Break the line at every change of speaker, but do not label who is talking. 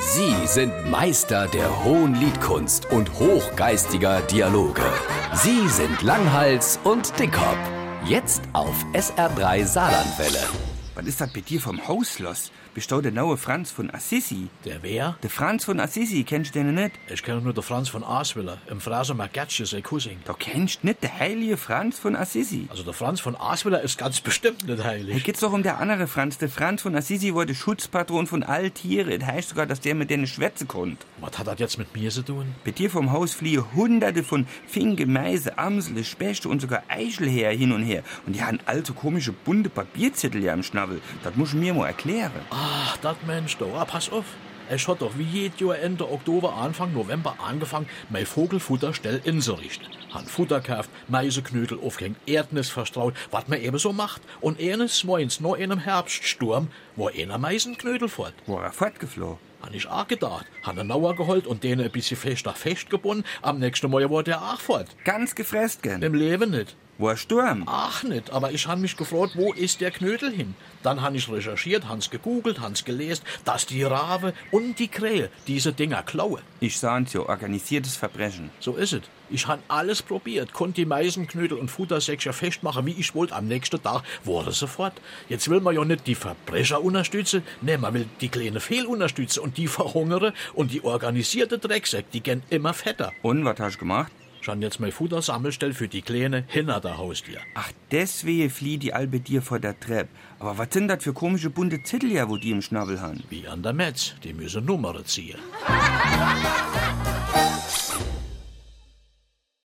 Sie sind Meister der hohen Liedkunst und hochgeistiger Dialoge. Sie sind Langhals und Dickhop. Jetzt auf SR3 Saarlandwelle.
Was ist das bei dir vom Hausloss? Bestaut der neue Franz von Assisi?
Der wer?
Der Franz von Assisi, kennst du den nicht?
Ich kenne nur den Franz von Aswiller, im Fraser Magatsche, sein Cousin.
Du kennst nicht der heilige Franz von Assisi.
Also der Franz von Aswiller ist ganz bestimmt nicht
Da
heilig.
geht's doch um der andere Franz. Der Franz von Assisi wurde Schutzpatron von all Tiere. Das heißt sogar, dass der mit denen schwätzen konnte.
Was hat das jetzt mit mir zu tun?
Bei dir vom Haus fliehen hunderte von Finke, Meise, Amsel, Spechte und sogar Eichel her hin und her. Und die haben allzu komische bunte Papierzettel ja im Schnabel. Das muss ich mir mal erklären.
Ach, das Mensch, da, ah, pass auf. Ich hat doch wie jedes Jahr Ende Oktober, Anfang November angefangen, mein Vogelfutterstell inzurichten. Han Futter kauft, Meiseknödel aufgehängt, Erdnis verstraut, was man eben so macht. Und eines Moins, nur in einem Herbststurm, war einer Meisenknödel fort.
War er fortgeflohen?
Han ich auch gedacht, han eine Nauer geholt und denen ein bisschen fester festgebunden. Am nächsten Mal war der auch fort.
Ganz gefressen. gern.
Im Leben nicht.
War Sturm.
Ach nicht, aber ich han mich gefragt, wo ist der Knödel hin? Dann han ich recherchiert, hans gegoogelt, hans gelesen, dass die Rave und die Krähe diese Dinger klauen.
Ich sah's ja, organisiertes Verbrechen.
So ist es. Ich han alles probiert, konnte die Meisenknödel und Futtersäckchen festmachen, wie ich wollte. Am nächsten Tag wurde sie fort. Jetzt will man ja nicht die Verbrecher unterstützen, ne, man will die kleine Fehl unterstützen und die verhungere und die organisierte Drecksäck, die gern immer fetter.
Und was hast du gemacht?
Schon jetzt mein Futtersammelstell für die Kleine hinter der Haustier.
Ach, deswegen flieh die Albe dir vor der Treppe. Aber was sind das für komische bunte Zettel ja, wo die im Schnabel haben?
Wie an der Metz, die müssen Nummern ziehen.